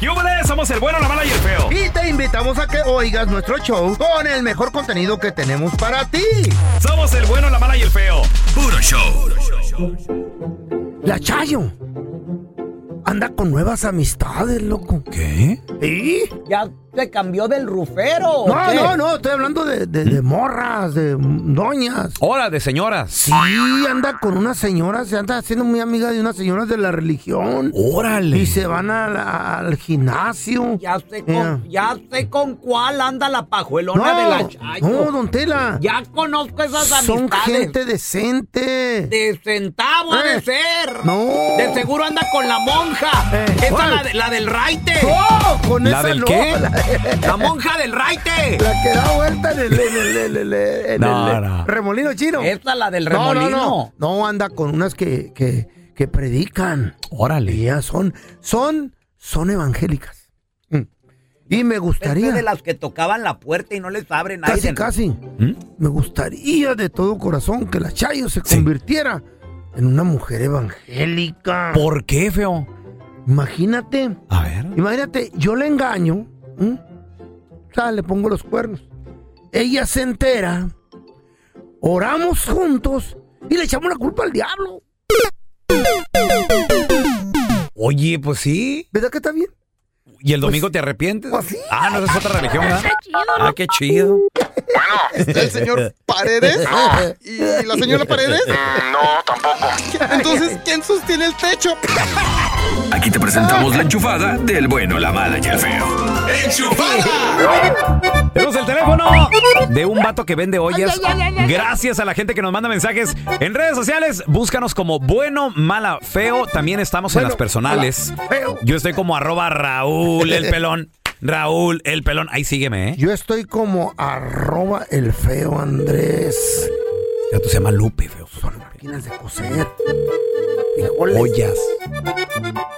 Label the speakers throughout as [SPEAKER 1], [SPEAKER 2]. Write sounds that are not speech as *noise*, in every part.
[SPEAKER 1] ¡Yúbales! Somos el bueno, la mala y el feo.
[SPEAKER 2] Y te invitamos a que oigas nuestro show con el mejor contenido que tenemos para ti.
[SPEAKER 1] Somos el bueno, la mala y el feo. Puro show.
[SPEAKER 2] La Chayo anda con nuevas amistades, loco.
[SPEAKER 1] ¿Qué?
[SPEAKER 2] ¿Y?
[SPEAKER 3] ¿Ya te cambió del rufero?
[SPEAKER 2] No, no, no, estoy hablando de, de- de morras, de doñas.
[SPEAKER 4] Oh.
[SPEAKER 5] Hola, de señoras.
[SPEAKER 2] Sí, anda con una señora, se anda haciendo muy amiga de unas señoras de la religión.
[SPEAKER 5] Órale.
[SPEAKER 2] Y se van a la- al gimnasio.
[SPEAKER 3] Ya sé, con, ya sé con cuál anda la pajuelona de la Chayo.
[SPEAKER 2] no, don Tela.
[SPEAKER 3] Ya conozco esas
[SPEAKER 2] Son
[SPEAKER 3] amistades.
[SPEAKER 2] gente decente.
[SPEAKER 3] De centavo ha
[SPEAKER 2] Eh,
[SPEAKER 3] de ser.
[SPEAKER 2] no.
[SPEAKER 3] De seguro anda con la monja.
[SPEAKER 2] Eh,
[SPEAKER 3] Esa
[SPEAKER 2] ¿cuál?
[SPEAKER 3] la, de- la del raite.
[SPEAKER 2] ¡Oh! Con
[SPEAKER 5] ¿La
[SPEAKER 2] esa
[SPEAKER 5] del
[SPEAKER 2] no,
[SPEAKER 5] qué?
[SPEAKER 2] La,
[SPEAKER 3] La monja del raite.
[SPEAKER 2] la que da vuelta en el, en el- en el- en
[SPEAKER 5] No,
[SPEAKER 2] el-
[SPEAKER 5] no.
[SPEAKER 2] remolino chino.
[SPEAKER 3] Esa la del
[SPEAKER 2] No,
[SPEAKER 3] remolino.
[SPEAKER 2] no, no. No anda con unas que, que, que predican.
[SPEAKER 5] Órale.
[SPEAKER 2] Ellas son, son, son evangélicas. Mm. Y me
[SPEAKER 3] Esta
[SPEAKER 2] gustaría,
[SPEAKER 3] es de las que tocaban la puerta y no les abren nadie.
[SPEAKER 2] casi,
[SPEAKER 3] de-
[SPEAKER 2] casi,
[SPEAKER 5] ¿Mm?
[SPEAKER 2] me gustaría de todo corazón que la Chayo se convirtiera en una mujer evangélica.
[SPEAKER 5] ¿Por qué, feo?
[SPEAKER 2] Imagínate,
[SPEAKER 5] A ver.
[SPEAKER 2] imagínate, yo le engaño, ¿m? o sea, le pongo los cuernos. Ella se entera, oramos juntos y le echamos la culpa al diablo.
[SPEAKER 5] Oye, pues sí.
[SPEAKER 2] ¿Verdad que está bien?
[SPEAKER 5] ¿Y el domingo te arrepientes?
[SPEAKER 2] pues sí.
[SPEAKER 5] Ah, no, esa es otra religión, ¿verdad? Ah, qué chido.
[SPEAKER 6] ¿El señor
[SPEAKER 7] *laughs*
[SPEAKER 6] Paredes? ¿Y la señora Paredes?
[SPEAKER 7] No, tampoco.
[SPEAKER 6] Entonces, ¿quién sostiene el techo?
[SPEAKER 7] Aquí te presentamos la enchufada del bueno, la mala y el feo.
[SPEAKER 5] Tenemos el teléfono de un vato que vende ollas. Gracias a la gente que nos manda mensajes en redes sociales. Búscanos como bueno, mala, feo. También estamos en
[SPEAKER 2] Bueno,
[SPEAKER 5] las personales.
[SPEAKER 2] mala, feo.
[SPEAKER 5] Yo estoy como arroba Raúl el pelón. Raúl el pelón. Ahí sígueme, ¿eh?
[SPEAKER 2] Yo estoy como arroba el feo Andrés.
[SPEAKER 5] Ya tú se llama Lupe, feo.
[SPEAKER 2] Son máquinas de coser. Híjole.
[SPEAKER 5] Ollas.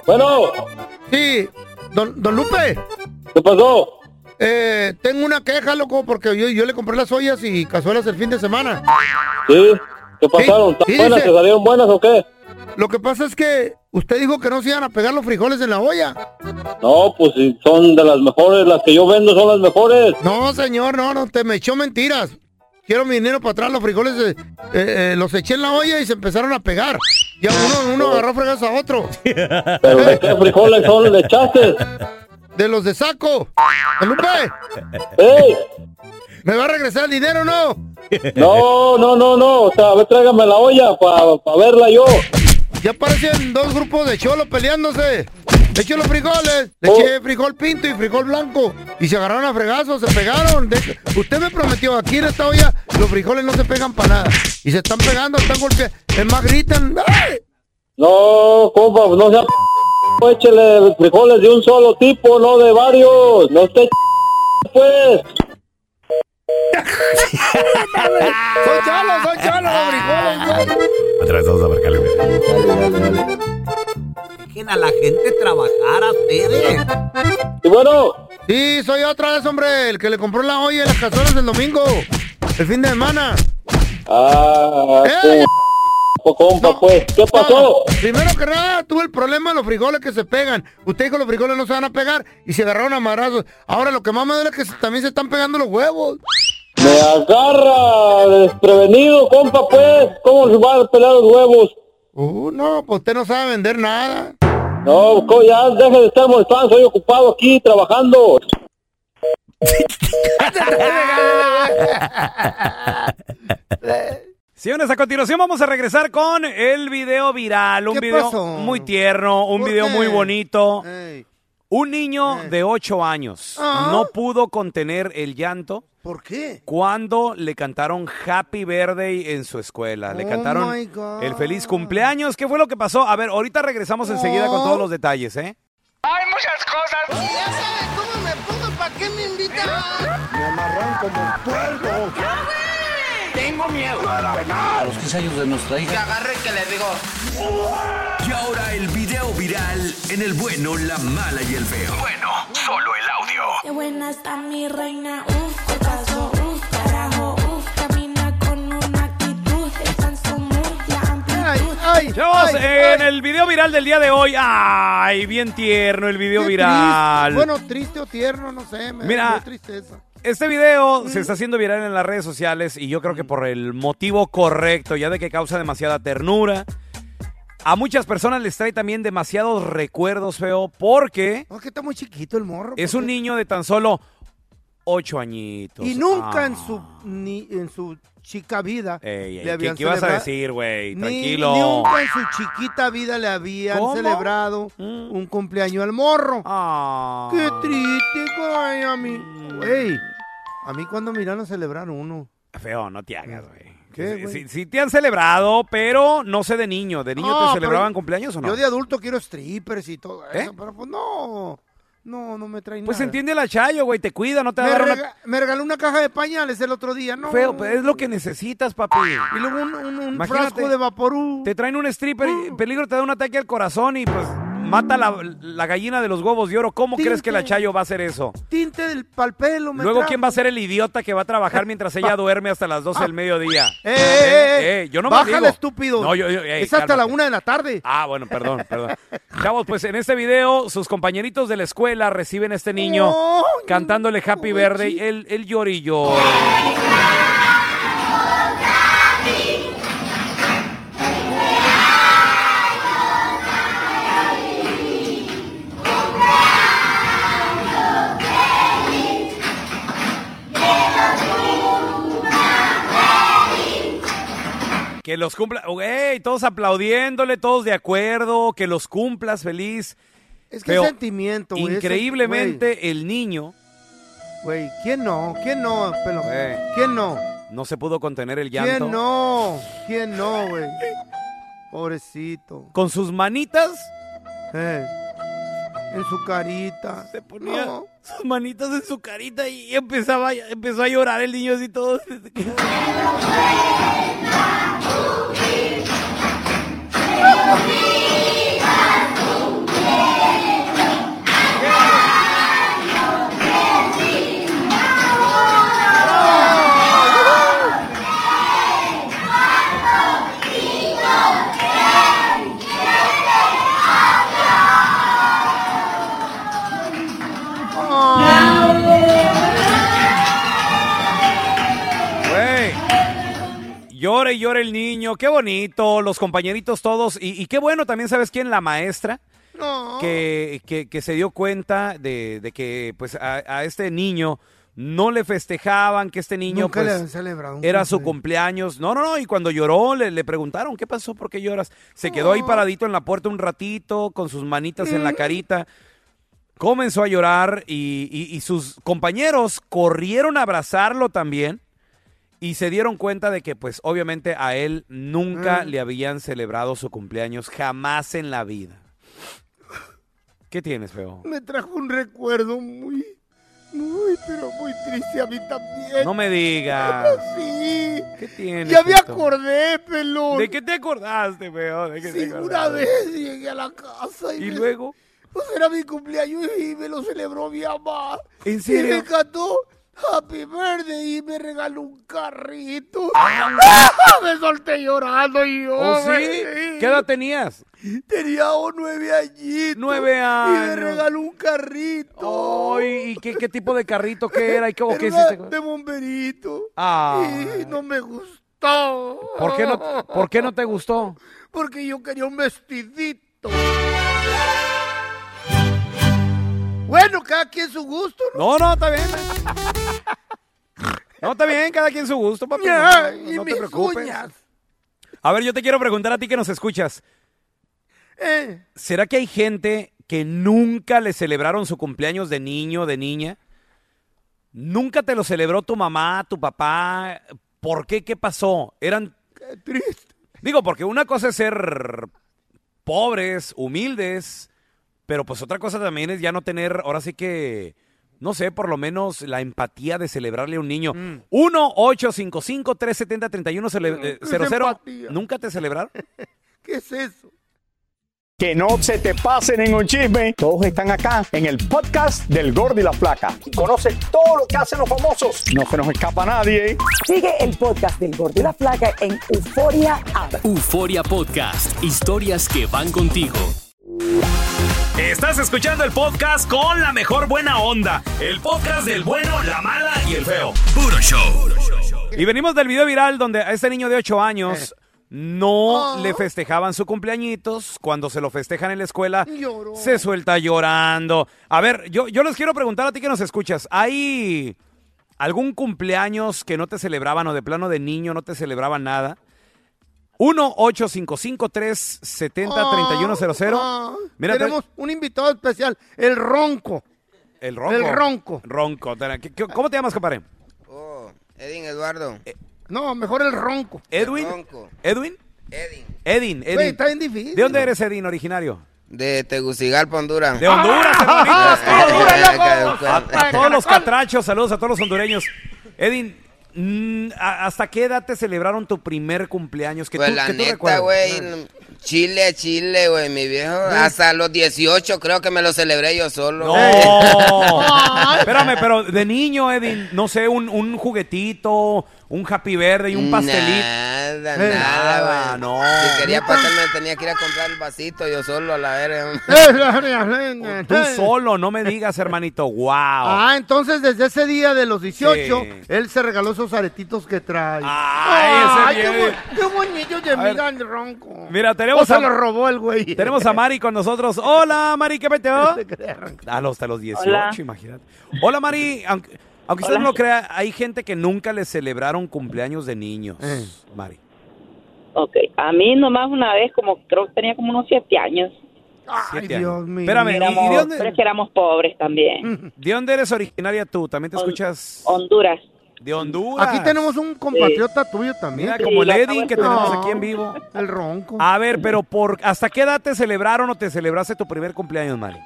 [SPEAKER 8] Bueno,
[SPEAKER 2] Sí, don, don Lupe,
[SPEAKER 8] ¿qué pasó?
[SPEAKER 2] eh, tengo una queja, loco, porque yo, yo le compré las ollas y cazuelas el fin de semana.
[SPEAKER 8] ¿Sí? ¿Qué pasaron?
[SPEAKER 2] sí,
[SPEAKER 8] ¿Tan buenas?
[SPEAKER 2] dice.
[SPEAKER 8] ¿Te salieron buenas o qué?
[SPEAKER 2] Lo que pasa es que usted dijo que no se iban a pegar los frijoles en la olla.
[SPEAKER 8] No, pues si son de las mejores, las que yo vendo son las mejores.
[SPEAKER 2] No, señor, no, no, te me echó mentiras. Quiero mi dinero para atrás, los frijoles eh, eh, eh, los eché en la olla y se empezaron a pegar. Ya uno, uno agarró fregas a otro.
[SPEAKER 8] Pero ¿de
[SPEAKER 2] *laughs*
[SPEAKER 8] qué frijoles son? ¿Le echaste?
[SPEAKER 2] De los de saco. Don Lupe,
[SPEAKER 8] ¡Ey!
[SPEAKER 2] ¿me va a regresar el dinero o no?
[SPEAKER 8] No, no, no, no. O sea, a ver, tráigame la olla para verla yo.
[SPEAKER 2] Ya parecen dos grupos de cholos peleándose. Le eché los frijoles, le
[SPEAKER 8] Oh.
[SPEAKER 2] eché frijol pinto y frijol blanco. Y se agarraron a fregazos, se pegaron. De- Usted me prometió, aquí en esta olla los frijoles no se pegan para nada. Y se están pegando, están golpeando. Es más, gritan. ¡Ay!
[SPEAKER 8] No, compa, no sea... p- Échele frijoles de un solo tipo, no de varios. No esté... Pues...
[SPEAKER 2] ¡Son cholos, son cholos los frijoles! güey!
[SPEAKER 5] Otra vez vamos a marcarle, güey.
[SPEAKER 3] Dejen a la gente trabajar a ustedes.
[SPEAKER 8] Y bueno,
[SPEAKER 2] Sí, soy otra vez, hombre, el que le compró la olla y las cazuelas el domingo. El fin de semana.
[SPEAKER 8] Ah,
[SPEAKER 2] ¡Ey!
[SPEAKER 8] compa, compa,
[SPEAKER 2] No.
[SPEAKER 8] pues, ¿qué pasó?
[SPEAKER 2] No, primero que nada, tuve el problema de los frijoles que se pegan. Usted dijo los frijoles no se van a pegar y se agarraron a madrazos. Ahora lo que más me duele es que se- también se están pegando los huevos.
[SPEAKER 8] Me agarra desprevenido, compa, pues. ¿Cómo se van a pelar los huevos?
[SPEAKER 2] Uh, no, pues usted no sabe vender nada.
[SPEAKER 8] No, co- ya deje de estar molestando, soy ocupado aquí trabajando.
[SPEAKER 5] Señores, a continuación vamos a regresar con el video viral. Un
[SPEAKER 2] ¿Qué
[SPEAKER 5] video
[SPEAKER 2] pasó?
[SPEAKER 5] muy tierno, un
[SPEAKER 2] ¿Por
[SPEAKER 5] video
[SPEAKER 2] qué?
[SPEAKER 5] muy bonito.
[SPEAKER 2] Ey,
[SPEAKER 5] Un niño
[SPEAKER 2] Eh.
[SPEAKER 5] de 8 años
[SPEAKER 2] Ah.
[SPEAKER 5] no pudo contener el llanto
[SPEAKER 2] ¿Por qué?
[SPEAKER 5] cuando le cantaron Happy Birthday en su escuela. Le
[SPEAKER 2] Oh
[SPEAKER 5] cantaron
[SPEAKER 2] my God.
[SPEAKER 5] el feliz cumpleaños. ¿Qué fue lo que pasó? A ver, ahorita regresamos enseguida con todos los detalles, ¿eh?
[SPEAKER 9] Ya sabes cómo me pongo, ¿para qué me invitan?
[SPEAKER 7] Y ahora el video viral en el bueno, la mala y el feo. Bueno, solo el audio.
[SPEAKER 10] Qué buena está mi reina, uff, qué pasó, uff, carajo, uff, camina con una actitud, el tan su mood, la amplitud,
[SPEAKER 2] Ay, ay,
[SPEAKER 3] Chavos,
[SPEAKER 2] Ay,
[SPEAKER 3] en
[SPEAKER 2] ay.
[SPEAKER 3] el video viral del día de hoy. Ay, bien tierno el video
[SPEAKER 2] Qué
[SPEAKER 3] viral.
[SPEAKER 2] triste. Bueno, triste o tierno, no sé. Me
[SPEAKER 3] Mira.
[SPEAKER 2] Mira. tristeza.
[SPEAKER 3] Este video se está haciendo viral en las redes sociales y yo creo que por el motivo correcto, ya de que causa demasiada ternura. A muchas personas les trae también demasiados recuerdos, feo, porque
[SPEAKER 2] No, es que está muy chiquito el morro.
[SPEAKER 3] es
[SPEAKER 2] ¿por
[SPEAKER 3] un
[SPEAKER 2] qué?
[SPEAKER 3] niño de tan solo ocho añitos.
[SPEAKER 2] Y nunca
[SPEAKER 3] Ah.
[SPEAKER 2] en su ni en su chica vida
[SPEAKER 3] Ey, ey,
[SPEAKER 2] le
[SPEAKER 3] ¿qué,
[SPEAKER 2] habían
[SPEAKER 3] qué ibas a
[SPEAKER 2] celebra-
[SPEAKER 3] decir, güey?
[SPEAKER 2] Ni-
[SPEAKER 3] Tranquilo.
[SPEAKER 2] nunca en su chiquita vida le habían
[SPEAKER 3] ¿Cómo?
[SPEAKER 2] celebrado
[SPEAKER 3] Mm.
[SPEAKER 2] un cumpleaños al morro.
[SPEAKER 3] Ah. Mm.
[SPEAKER 2] Qué triste, güey, a mí. Güey, a mí cuando me irán a celebrar uno.
[SPEAKER 3] Feo, no te hagas, güey.
[SPEAKER 2] ¿Qué,
[SPEAKER 3] Sí,
[SPEAKER 2] güey?
[SPEAKER 3] sí, sí te han celebrado, pero no sé de niño. ¿De niño
[SPEAKER 2] No,
[SPEAKER 3] te celebraban
[SPEAKER 2] pero
[SPEAKER 3] cumpleaños o no?
[SPEAKER 2] Yo de adulto quiero strippers y todo
[SPEAKER 3] ¿Eh?
[SPEAKER 2] eso, pero pues no. No, no me traen
[SPEAKER 3] Pues
[SPEAKER 2] nada.
[SPEAKER 3] entiende la chayo, güey. Te cuida, no te va a
[SPEAKER 2] Me,
[SPEAKER 3] dar una-
[SPEAKER 2] rega- me regaló una caja de pañales el otro día, ¿no?
[SPEAKER 3] Feo, pues, es lo que necesitas, papi.
[SPEAKER 2] Y luego un, un- un
[SPEAKER 3] Imagínate.
[SPEAKER 2] frasco de vaporú.
[SPEAKER 3] Te traen un stripper, y
[SPEAKER 2] "Oh".
[SPEAKER 3] en peligro te da un ataque al corazón y pues mata la, la gallina de los huevos de oro. ¿Cómo
[SPEAKER 2] Tinte.
[SPEAKER 3] crees que la Chayo va a hacer eso?
[SPEAKER 2] Tinte del palpelo, me
[SPEAKER 3] Luego,
[SPEAKER 2] trajo.
[SPEAKER 3] ¿quién va a ser el idiota que va a trabajar mientras ella duerme hasta las 12 del mediodía?
[SPEAKER 2] ¡Eh, eh, eh!
[SPEAKER 3] Eh, yo no
[SPEAKER 2] Bájale, estúpido.
[SPEAKER 3] No, yo, yo- ey,
[SPEAKER 2] es hasta la
[SPEAKER 3] cálmate.
[SPEAKER 2] una de la tarde.
[SPEAKER 3] Ah, bueno, perdón, perdón. Chavos, pues en este video, sus compañeritos de la escuela reciben a este niño
[SPEAKER 2] Ay,
[SPEAKER 3] cantándole Happy
[SPEAKER 2] pobrecito.
[SPEAKER 3] Verde y él, él llora y llora. Que los cumpla, güey, todos aplaudiéndole, todos de acuerdo, que los cumplas feliz.
[SPEAKER 2] Es que
[SPEAKER 3] Feo.
[SPEAKER 2] es sentimiento, güey. es sen-
[SPEAKER 3] Increíblemente, el niño
[SPEAKER 2] Güey, güey, ¿quién no? ¿Quién no, pelo?
[SPEAKER 3] Güey.
[SPEAKER 2] ¿Quién no?
[SPEAKER 3] no se pudo contener el llanto.
[SPEAKER 2] ¿Quién no? ¿Quién no, güey? Pobrecito.
[SPEAKER 3] Con sus manitas,
[SPEAKER 2] Eh, En su carita.
[SPEAKER 3] se ponía
[SPEAKER 2] No.
[SPEAKER 3] sus manitas en su carita y empezaba, empezó a llorar el niño así todo. Güey. Llora y llora el niño, qué bonito, los compañeritos todos, y, y qué bueno también, ¿sabes quién? La maestra,
[SPEAKER 2] No.
[SPEAKER 3] que, que- que se dio cuenta de, de que pues a, a este niño no le festejaban, que este niño
[SPEAKER 2] Nunca le
[SPEAKER 3] pues,
[SPEAKER 2] han celebrado un
[SPEAKER 3] era su
[SPEAKER 2] cumpleaños.
[SPEAKER 3] cumpleaños. No, no, no, y cuando lloró le, le preguntaron, ¿qué pasó? ¿Por qué lloras? Se quedó ahí paradito en la puerta un ratito, con sus manitas en la
[SPEAKER 2] Mm.
[SPEAKER 3] carita. Comenzó a llorar y, y- y sus compañeros corrieron a abrazarlo también y se dieron cuenta de que pues obviamente a él nunca
[SPEAKER 2] Mm.
[SPEAKER 3] le habían celebrado su cumpleaños, jamás en la vida. ¿Qué tienes, feo?
[SPEAKER 2] Me trajo un recuerdo muy, muy, pero muy triste a mí también. Ah,
[SPEAKER 3] No me digas.
[SPEAKER 2] Sí.
[SPEAKER 3] ¿Qué tienes?
[SPEAKER 2] Ya me
[SPEAKER 3] feito?
[SPEAKER 2] acordé, pelón.
[SPEAKER 3] ¿De qué te acordaste, feo? ¿De qué te
[SPEAKER 2] Sí, una
[SPEAKER 3] acordaste?
[SPEAKER 2] vez llegué a la casa y,
[SPEAKER 3] Y
[SPEAKER 2] me-
[SPEAKER 3] luego...
[SPEAKER 2] pues era mi cumpleaños y me lo celebró mi mamá.
[SPEAKER 3] ¿En
[SPEAKER 2] Y
[SPEAKER 3] serio?
[SPEAKER 2] me cantó Happy Birthday y me regaló un carrito. me solté llorando y yo.
[SPEAKER 3] ¿Oh, sí?
[SPEAKER 2] güey.
[SPEAKER 3] ¿Qué edad tenías?
[SPEAKER 2] Tenía oh, nueve añitos.
[SPEAKER 3] Nueve
[SPEAKER 2] Y me
[SPEAKER 3] años.
[SPEAKER 2] regaló un carrito.
[SPEAKER 3] Ay, ¿Y qué, qué tipo de carrito que era? ¿Y qué, o
[SPEAKER 2] Era
[SPEAKER 3] qué
[SPEAKER 2] una-
[SPEAKER 3] hiciste?
[SPEAKER 2] De bomberito.
[SPEAKER 3] Ay.
[SPEAKER 2] Y no me gustó.
[SPEAKER 3] ¿Por qué, no, ¿Por qué no te gustó?
[SPEAKER 2] Porque yo quería un vestidito. Bueno, cada quien su gusto, ¿no?
[SPEAKER 3] No, no, está bien. No, está bien, cada quien su gusto, papi.
[SPEAKER 2] Ya,
[SPEAKER 3] No, no,
[SPEAKER 2] y
[SPEAKER 3] no te
[SPEAKER 2] mis
[SPEAKER 3] preocupes.
[SPEAKER 2] uñas.
[SPEAKER 3] A ver, yo te quiero preguntar a ti que nos escuchas.
[SPEAKER 2] Eh,
[SPEAKER 3] ¿Será que hay gente que nunca le celebraron su cumpleaños de niño, de niña? ¿Nunca te lo celebró tu mamá, tu papá? ¿Por qué? ¿Qué pasó? ¿Eran
[SPEAKER 2] qué triste.
[SPEAKER 3] Digo, porque una cosa es ser pobres, humildes, pero pues otra cosa también es ya no tener, ahora sí que, no sé, por lo menos la empatía de celebrarle a un niño. 1-855-370-3100. eh,
[SPEAKER 2] empatía.
[SPEAKER 3] ¿Nunca te celebraron?
[SPEAKER 2] ¿Qué es eso?
[SPEAKER 5] Que no se te pase ningún chisme. Todos están acá en el podcast del Gordi y la Flaca. Y conoce todo lo que hacen los famosos. No se nos escapa nadie.
[SPEAKER 11] Sigue el podcast del Gordi y la Flaca en Euforia
[SPEAKER 12] Euforia Podcast. Historias que van contigo.
[SPEAKER 13] Estás escuchando el podcast con la mejor buena onda. El podcast del bueno, la mala y el feo. Puro show.
[SPEAKER 3] *laughs* Y venimos del video viral donde a este niño de 8
[SPEAKER 2] Eh.
[SPEAKER 3] años
[SPEAKER 2] Ah.
[SPEAKER 3] no le festejaban su cumpleañitos. Cuando se lo festejan en la escuela, se suelta llorando. A ver, yo, yo les quiero preguntar a ti que nos escuchas. ¿Hay algún cumpleaños que no te celebraban o de plano de niño no te celebraban nada? 1-855-370-3100. Mira, te-
[SPEAKER 2] Ah. Tenemos un invitado especial, el Ronco.
[SPEAKER 3] el ronco.
[SPEAKER 2] el ronco.
[SPEAKER 3] Ronco. ¿Qué- qué- ¿Cómo te llamas, compadre?
[SPEAKER 6] Oh, Edwin Eduardo.
[SPEAKER 2] No, mejor el Ronco.
[SPEAKER 3] Eh, ¿Edwin?
[SPEAKER 6] Ronco.
[SPEAKER 3] ¿Edwin?
[SPEAKER 6] Edwin.
[SPEAKER 3] Edin, Edin.
[SPEAKER 6] Güey, está
[SPEAKER 2] bien difícil.
[SPEAKER 3] ¿De dónde eres, Edin, originario?
[SPEAKER 6] De Tegucigalpa, Honduras.
[SPEAKER 3] De Honduras, hermanitos.
[SPEAKER 6] *laughs* Ah,
[SPEAKER 3] Todos.
[SPEAKER 6] ah, ah,
[SPEAKER 3] A,
[SPEAKER 6] ah, ah,
[SPEAKER 3] a todos los catrachos, saludos a todos los hondureños. Edin, mm, ¿a- ¿hasta qué edad te celebraron tu primer cumpleaños? Que
[SPEAKER 6] Pues
[SPEAKER 3] tú,
[SPEAKER 6] la
[SPEAKER 3] que tú
[SPEAKER 6] neta,
[SPEAKER 3] recuerdas? Ah.
[SPEAKER 6] güey, no- Chile, Chile, güey, mi viejo. Hasta los 18 creo que me lo celebré yo solo.
[SPEAKER 3] No. Espérame, pero de niño, Edin, no sé, un, un juguetito, un happy verde y un pastelito.
[SPEAKER 6] Nada,
[SPEAKER 3] Eh,
[SPEAKER 6] nada,
[SPEAKER 3] nada,
[SPEAKER 6] güey.
[SPEAKER 3] no.
[SPEAKER 6] Si quería pastel me tenía que ir a comprar el vasito yo solo a la verga.
[SPEAKER 2] Eh, *laughs*
[SPEAKER 3] Tú solo, no me digas, hermanito. ¡Wow!
[SPEAKER 2] Ah, entonces desde ese día de los 18,
[SPEAKER 3] Sí. Ah,
[SPEAKER 2] él se regaló esos aretitos que trae.
[SPEAKER 3] ese
[SPEAKER 2] qué,
[SPEAKER 3] bien.
[SPEAKER 2] bo- qué bonito de
[SPEAKER 3] A ver.
[SPEAKER 2] mira el ronco.
[SPEAKER 3] Mira, tenemos
[SPEAKER 2] O se
[SPEAKER 3] a-
[SPEAKER 2] lo robó el güey.
[SPEAKER 3] Tenemos a Mari con nosotros. Hola, Mari, ¿qué *laughs*
[SPEAKER 2] Este,
[SPEAKER 3] peteo? A los, Ah, hasta los 18,
[SPEAKER 2] Hola.
[SPEAKER 3] imagínate. Hola, Mari. Aunque, aunque usted
[SPEAKER 14] Hola.
[SPEAKER 3] no lo crea, hay gente que nunca le celebraron cumpleaños de niños,
[SPEAKER 2] Eh.
[SPEAKER 3] Mari.
[SPEAKER 14] Ok, a mí nomás una vez, como creo que tenía como unos siete años.
[SPEAKER 3] Siete años. Espérame, ¿y- ¿y de, dónde,
[SPEAKER 14] Pero es que éramos pobres también.
[SPEAKER 3] de dónde eres originaria tú? ¿También te escuchas?
[SPEAKER 14] Honduras.
[SPEAKER 3] De Honduras.
[SPEAKER 2] Aquí tenemos un compatriota tuyo también.
[SPEAKER 3] Mira, como Ah. el Edwin que tenemos aquí en vivo.
[SPEAKER 2] El ronco.
[SPEAKER 3] A ver, pero por ¿hasta qué edad te celebraron o te celebraste tu primer cumpleaños, Mari?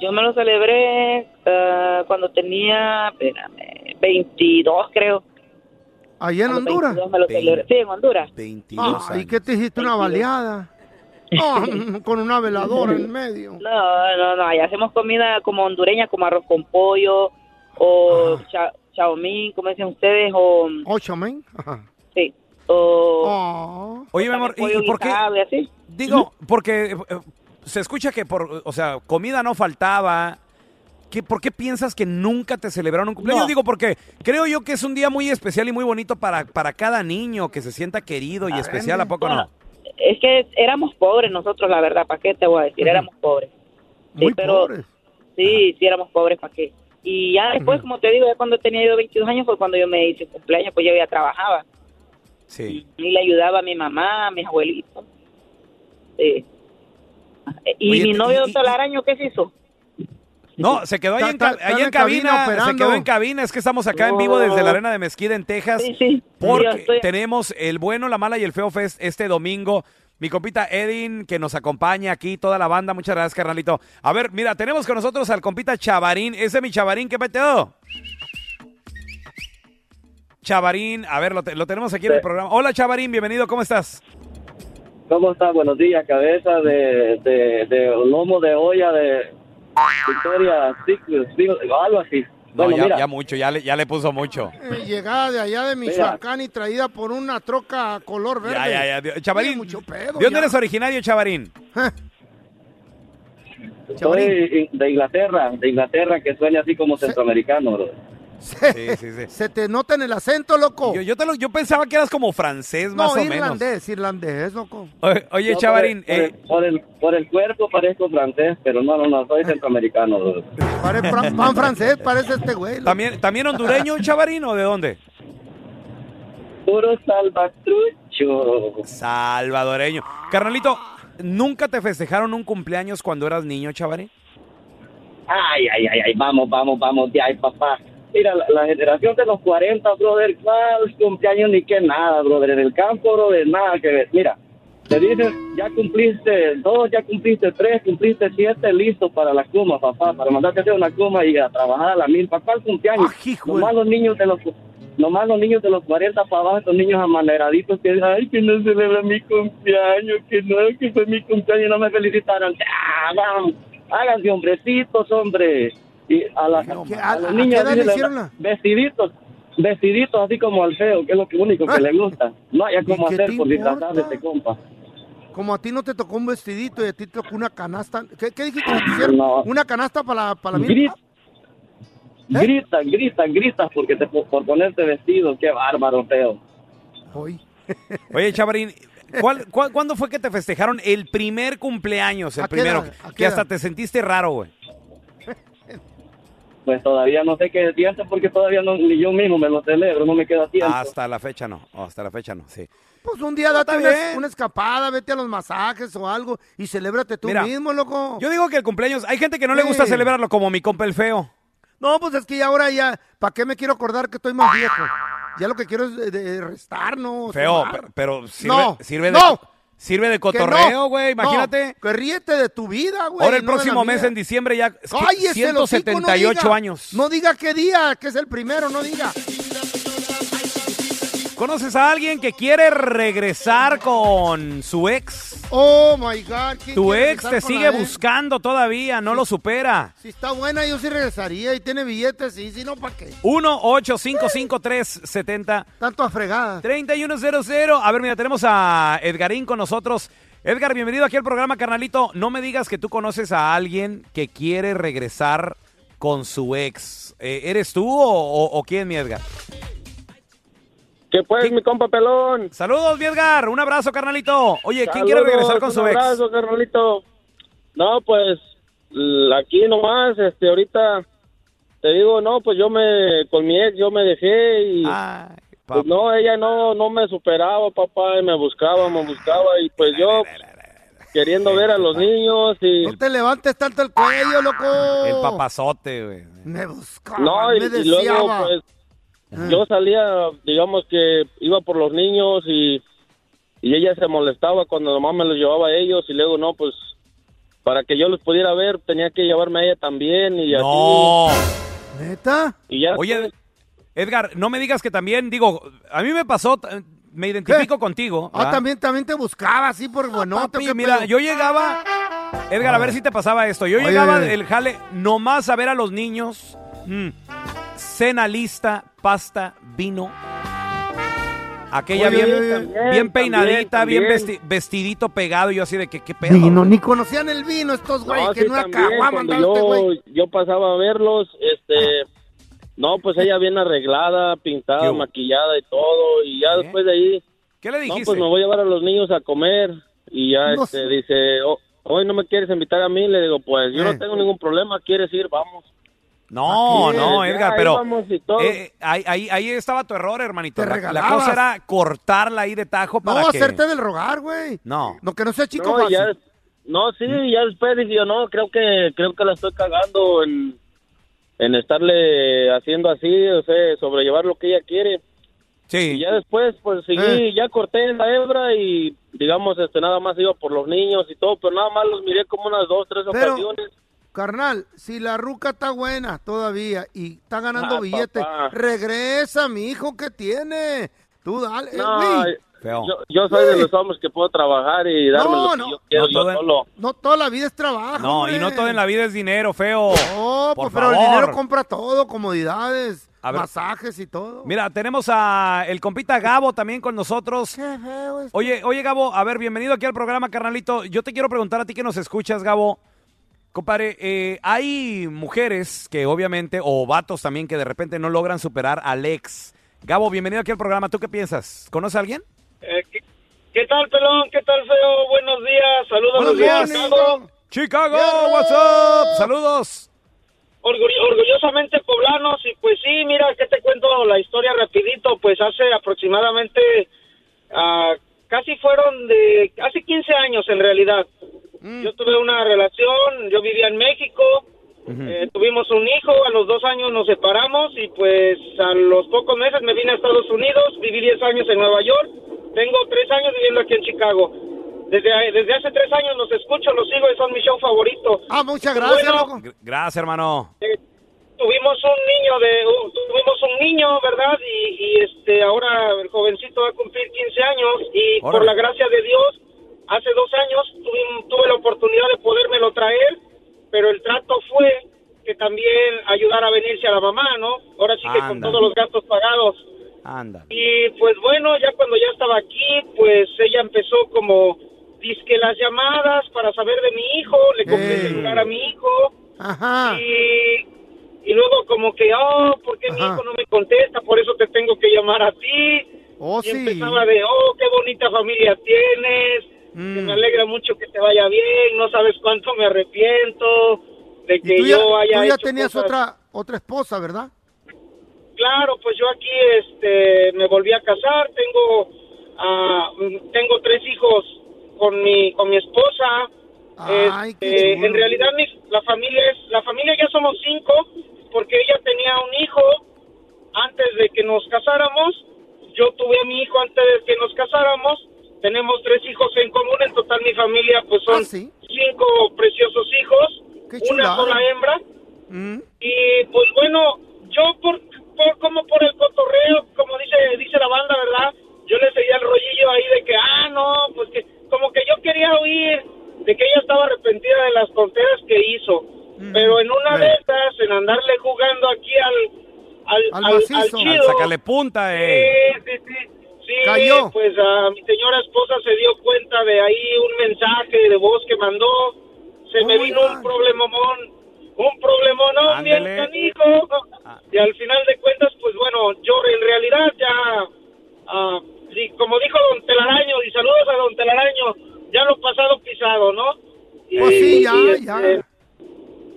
[SPEAKER 14] Yo me lo celebré ah, cuando tenía, espérame, 22 creo.
[SPEAKER 2] Allá en
[SPEAKER 14] A los
[SPEAKER 2] Honduras.
[SPEAKER 14] 22 me lo celebré. Sí, en Honduras.
[SPEAKER 3] 22
[SPEAKER 2] Ah, ¿Y qué te hiciste? ¿Una
[SPEAKER 14] 22.
[SPEAKER 2] baleada? Ah, *laughs* con una veladora en medio.
[SPEAKER 14] No, no, no, allá hacemos comida como hondureña, como arroz con pollo o
[SPEAKER 3] Ah.
[SPEAKER 14] cha- chaomín, como dicen ustedes, o...
[SPEAKER 2] ¿Ocho,
[SPEAKER 14] *laughs*
[SPEAKER 2] men? Ah,
[SPEAKER 14] Sí, o...
[SPEAKER 3] Oh.
[SPEAKER 14] Oh.
[SPEAKER 3] Oye, mi amor, ¿y,
[SPEAKER 14] pollo
[SPEAKER 3] y por qué?
[SPEAKER 14] guisado y así.
[SPEAKER 3] Digo, porque eh, eh, se escucha que por, o sea, comida no faltaba. ¿Qué, ¿Por qué piensas que nunca te celebraron un cumpleaños?
[SPEAKER 4] No.
[SPEAKER 3] Digo, porque creo yo que es un día muy especial y muy bonito para, para cada niño que se sienta querido
[SPEAKER 2] Ah,
[SPEAKER 3] y especial, ¿a poco no?
[SPEAKER 14] Es que éramos pobres nosotros, la verdad, ¿para qué te voy a decir? Éramos pobres. Sí,
[SPEAKER 3] Muy
[SPEAKER 14] pero,
[SPEAKER 3] pobres.
[SPEAKER 14] Sí, sí, éramos pobres, ¿para qué? Y ya después, como te digo, ya cuando tenía yo 22 años fue cuando yo me hice cumpleaños, pues yo ya trabajaba
[SPEAKER 3] Sí.
[SPEAKER 14] y le ayudaba a mi mamá, a mis abuelitos. Sí. Y
[SPEAKER 3] Oye,
[SPEAKER 14] mi
[SPEAKER 3] te-
[SPEAKER 14] novio,
[SPEAKER 3] y-
[SPEAKER 14] doctor Araño, ¿qué se hizo?
[SPEAKER 3] No, se quedó ahí,
[SPEAKER 14] Está-
[SPEAKER 3] en, ca-
[SPEAKER 14] está-
[SPEAKER 3] ahí
[SPEAKER 14] está
[SPEAKER 3] en
[SPEAKER 14] en cabina
[SPEAKER 3] cabina, se
[SPEAKER 14] operando.
[SPEAKER 3] quedó en cabina, es que estamos acá en vivo desde la arena de Mesquida en Texas, porque
[SPEAKER 14] yo estoy-
[SPEAKER 3] tenemos el bueno, la mala y el feo fest este domingo. Mi compita Edin, que nos acompaña aquí, toda la banda, muchas gracias, carnalito. A ver, mira, tenemos con nosotros al compita Chavarín, ese es mi Chavarín, ¿qué peteo? Chavarín, a ver, lo, te- lo tenemos aquí en el programa. Hola Chavarín, bienvenido, ¿cómo estás?
[SPEAKER 8] ¿Cómo estás? Buenos días, cabeza de, de, de lomo de olla de Victoria Secret, digo, algo así.
[SPEAKER 3] No,
[SPEAKER 8] Bueno,
[SPEAKER 3] ya,
[SPEAKER 8] mira,
[SPEAKER 3] ya mucho, ya le, ya le puso mucho.
[SPEAKER 2] Eh, Llegada de allá de Michoacán y traída por una troca color verde.
[SPEAKER 3] Ya, ya, ya. Chavarín,
[SPEAKER 2] Tiene mucho pedo,
[SPEAKER 3] ¿de dónde
[SPEAKER 2] ya.
[SPEAKER 3] eres originario, Chavarín?
[SPEAKER 8] soy de Inglaterra, de Inglaterra que suena así como centroamericano, bro.
[SPEAKER 3] Sí, sí, sí.
[SPEAKER 2] Se te nota en el acento, loco.
[SPEAKER 3] Yo, yo te lo- yo pensaba que eras como francés, más
[SPEAKER 2] no,
[SPEAKER 3] o menos.
[SPEAKER 2] irlandés, irlandés, loco.
[SPEAKER 3] Oye, oye,
[SPEAKER 8] No, por
[SPEAKER 3] Chavarín, eh.
[SPEAKER 8] el- por, el, por, el, por el cuerpo parezco francés, pero no, no,
[SPEAKER 3] *laughs*
[SPEAKER 8] no, soy centroamericano, bro.
[SPEAKER 2] Pare- fra- pan francés, parece este güey.
[SPEAKER 3] *laughs*
[SPEAKER 2] loco.
[SPEAKER 3] ¿también, ¿también hondureño, Chavarín, o de dónde?
[SPEAKER 8] Puro salvatrucho.
[SPEAKER 3] Salvadoreño. Carnalito, ¿nunca te festejaron un cumpleaños cuando eras niño, Chavarín?
[SPEAKER 8] Ay, ay, ay, ay, vamos, vamos, vamos, de ahí, papá. Mira, la, la generación de los 40, brother, cuál cumpleaños ni que nada, brother, en el campo, brother, nada que ver. Mira, te dicen, ya cumpliste dos, ya cumpliste tres, cumpliste siete, listo para la cuma, papá, para mandarte a hacer una cuma y a trabajar a la mil, papá, el cumpleaños. Nomás los niños de los...
[SPEAKER 15] Nomás los niños de los 40 para abajo, estos niños amaneraditos que ay, que no celebra mi cumpleaños, que no, que fue mi cumpleaños y no me felicitaron. Ah, vamos, háganse hombrecitos, hombre. Y a, las- a los
[SPEAKER 2] a
[SPEAKER 15] niños
[SPEAKER 2] qué edad
[SPEAKER 15] dile,
[SPEAKER 2] le hicieron la-
[SPEAKER 15] vestiditos, vestiditos así como al feo, que es lo que- único que le gusta. No haya como
[SPEAKER 2] Ah. qué
[SPEAKER 15] hacer
[SPEAKER 2] te
[SPEAKER 15] por disfrazar de
[SPEAKER 2] importa? ¿Eh?
[SPEAKER 15] este compa.
[SPEAKER 2] Como a ti no te tocó un vestidito y a ti te tocó una canasta. ¿Qué, qué dijiste? que te hicieron?
[SPEAKER 15] No.
[SPEAKER 2] ¿Una canasta para la, para la mía?
[SPEAKER 15] Grita, grita, grita, grita porque te, por ponerte vestido, qué bárbaro, feo.
[SPEAKER 4] Oye, Chavarín, ¿cuál- cuál- cuándo fue que te festejaron el primer cumpleaños? El
[SPEAKER 15] ¿A qué
[SPEAKER 4] primero.
[SPEAKER 15] edad? ¿A qué
[SPEAKER 4] que hasta
[SPEAKER 15] edad?
[SPEAKER 4] te sentiste raro, güey.
[SPEAKER 15] Pues todavía no sé qué decirte porque todavía no, ni yo mismo me lo celebro, no me queda tiempo.
[SPEAKER 2] Ah,
[SPEAKER 4] Hasta la fecha no. oh, Hasta la fecha no, sí.
[SPEAKER 2] Pues un día date una, una escapada, vete a los masajes o algo y celébrate tú
[SPEAKER 4] Mira,
[SPEAKER 2] mismo, loco.
[SPEAKER 4] Yo digo que el cumpleaños. Hay gente que no le gusta
[SPEAKER 2] Sí.
[SPEAKER 4] celebrarlo, como mi compa el feo.
[SPEAKER 2] No, pues es que ya ahora ya, ¿para qué me quiero acordar que estoy más viejo? Ya lo que quiero es eh, de restar, ¿no?
[SPEAKER 4] Feo,
[SPEAKER 2] Sumar.
[SPEAKER 4] pe- pero sirve,
[SPEAKER 2] Ah. No,
[SPEAKER 4] sirve, de,
[SPEAKER 2] no.
[SPEAKER 4] sirve de
[SPEAKER 2] Que no,
[SPEAKER 4] cotorreo, güey.
[SPEAKER 2] no,
[SPEAKER 4] imagínate.
[SPEAKER 2] que ríete de tu vida, güey.
[SPEAKER 4] Ahora el
[SPEAKER 2] no de la
[SPEAKER 4] próximo mes,
[SPEAKER 2] mía.
[SPEAKER 4] en diciembre, ya
[SPEAKER 2] Cállese, el hocico,
[SPEAKER 4] 178
[SPEAKER 2] no diga.
[SPEAKER 4] años.
[SPEAKER 2] No diga qué día, que es el primero, no diga.
[SPEAKER 4] ¿Conoces a alguien que quiere regresar con su ex?
[SPEAKER 2] Oh my God. ¿quién
[SPEAKER 4] Tu
[SPEAKER 2] quiere
[SPEAKER 4] ex
[SPEAKER 2] regresar
[SPEAKER 4] te
[SPEAKER 2] con
[SPEAKER 4] sigue
[SPEAKER 2] la ex?
[SPEAKER 4] buscando todavía, no lo supera.
[SPEAKER 2] Si está buena, yo sí regresaría y tiene billetes, sí, si no, ¿para qué?
[SPEAKER 4] 1-855-370.
[SPEAKER 2] Tanto a fregada.
[SPEAKER 4] 3100. A ver, mira, tenemos a Edgarín con nosotros. Edgar, bienvenido aquí al programa, carnalito. No me digas que tú conoces a alguien que quiere regresar con su ex. Eh, ¿Eres tú o, o- o quién, mi Edgar?
[SPEAKER 8] Que pues, mi compa pelón.
[SPEAKER 4] Saludos, mi Edgar. Un abrazo, carnalito. Oye, ¿quién quiere
[SPEAKER 8] Saludos,
[SPEAKER 4] regresar con su
[SPEAKER 8] un
[SPEAKER 4] ex?
[SPEAKER 8] abrazo, carnalito. No, pues l- aquí nomás, este, ahorita te digo, no, pues yo me, con mi ex yo me dejé y
[SPEAKER 4] Ah,
[SPEAKER 8] pues
[SPEAKER 4] papá.
[SPEAKER 8] no, ella no, no me superaba, papá, y me buscaba, me buscaba y pues yo queriendo ver a los niños y
[SPEAKER 2] No te levantes tanto el cuello, loco.
[SPEAKER 4] El papazote, güey.
[SPEAKER 2] Me buscaba,
[SPEAKER 8] no, y,
[SPEAKER 2] me
[SPEAKER 8] y luego
[SPEAKER 2] deseaba.
[SPEAKER 8] pues yo salía, digamos que iba por los niños y, y ella se molestaba cuando nomás me los llevaba a ellos y luego no, pues para que yo los pudiera ver tenía que llevarme a ella también y así.
[SPEAKER 4] No.
[SPEAKER 2] ¿Neta?
[SPEAKER 8] Y ya
[SPEAKER 4] Oye, Edgar, no me digas que también, digo, a mí me pasó, t- me identifico contigo.
[SPEAKER 2] Ah,
[SPEAKER 4] ¿verdad?
[SPEAKER 2] también, también te buscaba así
[SPEAKER 8] Ah,
[SPEAKER 2] por buenote.
[SPEAKER 4] Papi,
[SPEAKER 2] ¿o qué
[SPEAKER 4] mira,
[SPEAKER 2] pedo? Ah.
[SPEAKER 4] yo llegaba, Edgar, a ver si te pasaba esto. Yo
[SPEAKER 2] Oye,
[SPEAKER 4] llegaba
[SPEAKER 2] oye, oye.
[SPEAKER 4] del jale nomás a ver a los niños. mm, cena lista, pasta, vino. Aquella
[SPEAKER 2] Oye, oye,
[SPEAKER 4] bien,
[SPEAKER 2] oye.
[SPEAKER 4] bien
[SPEAKER 2] También,
[SPEAKER 4] peinadita,
[SPEAKER 2] también.
[SPEAKER 4] bien vesti- vestidito pegado. y Yo así de que qué pedo.
[SPEAKER 2] Vino, ni conocían el vino estos güey,
[SPEAKER 8] ¿eh? No,
[SPEAKER 2] que
[SPEAKER 8] sí,
[SPEAKER 2] no
[SPEAKER 8] también,
[SPEAKER 2] acababan
[SPEAKER 8] cuando
[SPEAKER 2] andaba este güey.
[SPEAKER 8] yo, yo pasaba a verlos, este, no, pues ella bien arreglada, pintada, maquillada y todo, y
[SPEAKER 2] ¿Eh?
[SPEAKER 8] ya después de ahí,
[SPEAKER 4] ¿Qué le
[SPEAKER 8] no,
[SPEAKER 4] dijiste?
[SPEAKER 8] pues me voy a llevar a los niños a comer, y ya
[SPEAKER 4] No
[SPEAKER 8] este,
[SPEAKER 4] sé.
[SPEAKER 8] dice, "Oh, hoy no me quieres invitar a mí, le digo, pues yo no
[SPEAKER 4] Eh.
[SPEAKER 8] tengo ningún problema, quieres ir, vamos.
[SPEAKER 4] No,
[SPEAKER 8] Aquí,
[SPEAKER 4] no,
[SPEAKER 8] ya,
[SPEAKER 4] Edgar,
[SPEAKER 8] ahí
[SPEAKER 4] pero
[SPEAKER 8] vamos y todo.
[SPEAKER 4] eh, ahí, ahí- ahí estaba tu error, hermanito. La- La,
[SPEAKER 2] regalabas.
[SPEAKER 4] cosa era cortarla ahí de tajo para
[SPEAKER 2] No,
[SPEAKER 4] que...
[SPEAKER 2] hacerte del rogar, güey.
[SPEAKER 4] No.
[SPEAKER 2] No, que no sea chico
[SPEAKER 8] no,
[SPEAKER 2] fácil.
[SPEAKER 8] ya, no, sí,
[SPEAKER 4] Mm.
[SPEAKER 8] ya después dije yo, no, creo que, creo que la estoy cagando en, en estarle haciendo así, o sea, sobrellevar lo que ella quiere.
[SPEAKER 4] Sí.
[SPEAKER 8] Y ya después, pues seguí,
[SPEAKER 4] Eh.
[SPEAKER 8] ya corté la hebra y, digamos, este, nada más iba por los niños y todo, pero nada más los miré como unas dos, tres
[SPEAKER 2] Pero-
[SPEAKER 8] ocasiones.
[SPEAKER 2] Carnal, si la ruca está buena todavía y está ganando
[SPEAKER 8] Ah,
[SPEAKER 2] billetes,
[SPEAKER 8] papá.
[SPEAKER 2] regresa, mi hijo, que tiene? Tú dale, eh,
[SPEAKER 8] No,
[SPEAKER 2] güey.
[SPEAKER 8] yo, yo soy de los hombres que puedo trabajar y darme
[SPEAKER 2] No,
[SPEAKER 8] lo que
[SPEAKER 2] no.
[SPEAKER 8] yo quiero
[SPEAKER 4] No, todo
[SPEAKER 8] yo
[SPEAKER 4] en-
[SPEAKER 8] solo.
[SPEAKER 2] No toda la vida es trabajo.
[SPEAKER 4] No, y no todo en la vida es dinero, feo.
[SPEAKER 2] No,
[SPEAKER 4] Por
[SPEAKER 2] pues, pero el
[SPEAKER 4] favor.
[SPEAKER 2] dinero compra todo, comodidades,
[SPEAKER 4] A ver.
[SPEAKER 2] masajes y todo.
[SPEAKER 4] Mira, tenemos a el compita Gabo también con nosotros. Oye, oye, Gabo, a ver, bienvenido aquí al programa, carnalito. Yo te quiero preguntar a ti que nos escuchas, Gabo. Compadre, eh, hay mujeres que obviamente, o vatos también, que de repente no logran superar al ex. Gabo, bienvenido aquí al programa. ¿Tú qué piensas? ¿Conoces a alguien?
[SPEAKER 16] Eh, ¿qué, qué tal, pelón? ¿Qué tal, feo? Buenos días. Saludos
[SPEAKER 4] Buenos
[SPEAKER 16] desde
[SPEAKER 4] días.
[SPEAKER 16] Chicago.
[SPEAKER 4] Chicago, what's up? Saludos.
[SPEAKER 16] Orgu- orgullosamente poblanos. Y pues sí, mira, que te cuento la historia rapidito. Pues hace aproximadamente, ah, casi fueron de, hace 15 años en realidad. Yo tuve una relación, yo vivía en México. eh, tuvimos un hijo, a los dos años nos separamos y pues a los pocos meses me vine a Estados Unidos, viví 10 años en Nueva York, tengo tres años viviendo aquí en Chicago. Desde, desde hace tres años los escucho, los sigo y son mi show favorito.
[SPEAKER 2] Ah, muchas
[SPEAKER 16] gracias,
[SPEAKER 4] Gr- Gracias, hermano.
[SPEAKER 8] tuvimos un niño de un- tuvimos un niño, ¿verdad? Y, y, este ahora el jovencito va a cumplir 15 años y por
[SPEAKER 17] Órale.
[SPEAKER 8] la gracia de Dios hace dos años tuvim- tuve la oportunidad de podérmelo traer, pero el trato fue que también ayudara a venirse a la mamá, ¿no? Ahora sí que con
[SPEAKER 3] Anda.
[SPEAKER 8] todos los gastos pagados.
[SPEAKER 3] Anda.
[SPEAKER 8] Y pues bueno, ya cuando ya estaba aquí, pues ella empezó como disque las llamadas para saber de mi hijo, le compré el celular a mi hijo. Y, y luego como que, oh, ¿por qué mi hijo no me contesta? Por eso te tengo que llamar a ti.
[SPEAKER 2] Oh,
[SPEAKER 8] y empezaba de, oh, qué bonita familia tienes,
[SPEAKER 2] Mm.
[SPEAKER 8] que me alegra mucho que te vaya bien, no sabes cuánto me arrepiento de que
[SPEAKER 2] tú ya,
[SPEAKER 8] yo haya
[SPEAKER 2] tú ya
[SPEAKER 8] hecho
[SPEAKER 2] tenías
[SPEAKER 8] cosas".
[SPEAKER 2] otra, otra esposa, ¿verdad?
[SPEAKER 8] Claro, pues yo aquí este, me volví a casar, tengo, ah, mm, tengo tres hijos con mi, con mi esposa.
[SPEAKER 2] Ay,
[SPEAKER 8] Este,
[SPEAKER 2] qué chulo.
[SPEAKER 8] en realidad mis- la familia es, la familia ya somos cinco, porque ella tenía un hijo antes de que nos casáramos, yo tuve a mi hijo antes de que nos casáramos, tenemos tres hijos en común, en total mi familia pues
[SPEAKER 2] Ah,
[SPEAKER 8] son cinco preciosos hijos, una
[SPEAKER 2] chulada.
[SPEAKER 8] sola hembra. Y pues bueno, yo por, por- como por el cotorreo, como dice dice la banda, ¿verdad? Yo le seguía el rollillo ahí de que, ah, no, pues que como que yo quería oír de que ella estaba arrepentida de las tonteras que hizo. Pero en una de estas, en andarle jugando aquí al al,
[SPEAKER 3] Al
[SPEAKER 8] al, al
[SPEAKER 3] macizo. Al
[SPEAKER 8] chido,
[SPEAKER 3] sacarle punta, eh.
[SPEAKER 8] Sí, sí, sí. Sí,
[SPEAKER 3] Cayó.
[SPEAKER 8] pues ah, mi señora esposa se dio cuenta de ahí un mensaje de voz que mandó. Se me vino un problemón, un problemón bien
[SPEAKER 17] Ándele.
[SPEAKER 8] canijo.
[SPEAKER 2] Ah.
[SPEAKER 8] Y al final de cuentas, pues bueno, yo en realidad ya, ah, sí, como dijo Don Telaraño, y saludos a Don Telaraño, ya lo pasado pisado, ¿no?
[SPEAKER 2] Pues sí, ya,
[SPEAKER 8] y,
[SPEAKER 2] ya.
[SPEAKER 8] este,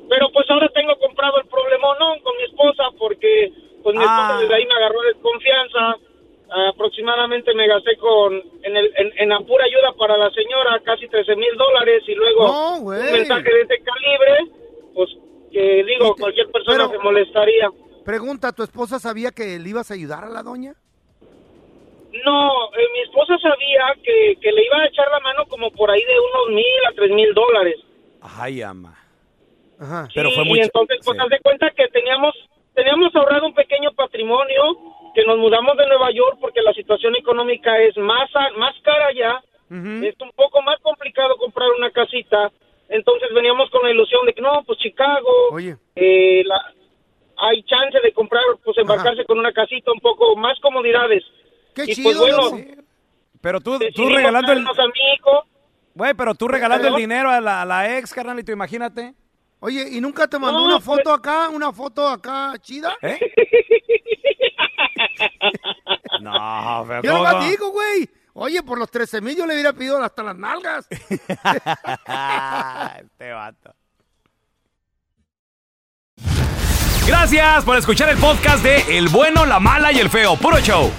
[SPEAKER 8] Pero pues ahora tengo comprado el problemón ¿no? con mi esposa porque pues mi esposa
[SPEAKER 3] Ah.
[SPEAKER 8] desde ahí me agarró desconfianza. Ah, aproximadamente me gasté con en, el, en, en la pura ayuda para la señora casi 13 mil dólares y luego
[SPEAKER 2] No,
[SPEAKER 8] un
[SPEAKER 2] güey.
[SPEAKER 8] mensaje de este calibre, pues que digo, cualquier persona se molestaría.
[SPEAKER 2] Pregunta, ¿tu esposa sabía que le ibas a ayudar a la doña?
[SPEAKER 8] No, eh, mi esposa sabía que, que le iba a echar la mano como por ahí de unos mil a tres mil dólares.
[SPEAKER 3] Ay, ama.
[SPEAKER 2] Ajá.
[SPEAKER 3] Pero
[SPEAKER 8] Sí,
[SPEAKER 3] fue
[SPEAKER 8] y
[SPEAKER 3] mucho.
[SPEAKER 8] entonces pues
[SPEAKER 3] sí.
[SPEAKER 8] haz de cuenta que teníamos teníamos ahorrado un pequeño patrimonio que nos mudamos de Nueva York porque la situación económica es más a- más cara allá es un poco más complicado comprar una casita entonces veníamos con la ilusión de que no pues Chicago eh, la- hay chance de comprar pues embarcarse con una casita un poco más comodidades
[SPEAKER 2] Qué
[SPEAKER 8] y pues
[SPEAKER 3] chido,
[SPEAKER 8] bueno
[SPEAKER 3] loco. Pero tú, tú
[SPEAKER 8] decidimos
[SPEAKER 3] regalando el...
[SPEAKER 8] darnos a mi hijo.
[SPEAKER 3] Güey, pero tú regalando el
[SPEAKER 2] ¿Perdón?
[SPEAKER 3] dinero a la, a la ex, carnalito, imagínate.
[SPEAKER 2] Oye, ¿y nunca te mandó
[SPEAKER 3] No,
[SPEAKER 2] una foto acá, una foto acá chida?
[SPEAKER 3] ¿Eh? No, pero
[SPEAKER 2] Yo
[SPEAKER 3] ¿cómo?
[SPEAKER 2] lo digo, güey. Oye, por los 13 mil yo le hubiera pedido hasta las nalgas.
[SPEAKER 3] este vato.
[SPEAKER 5] Gracias por escuchar el podcast de El bueno, la mala y el feo. Puro show.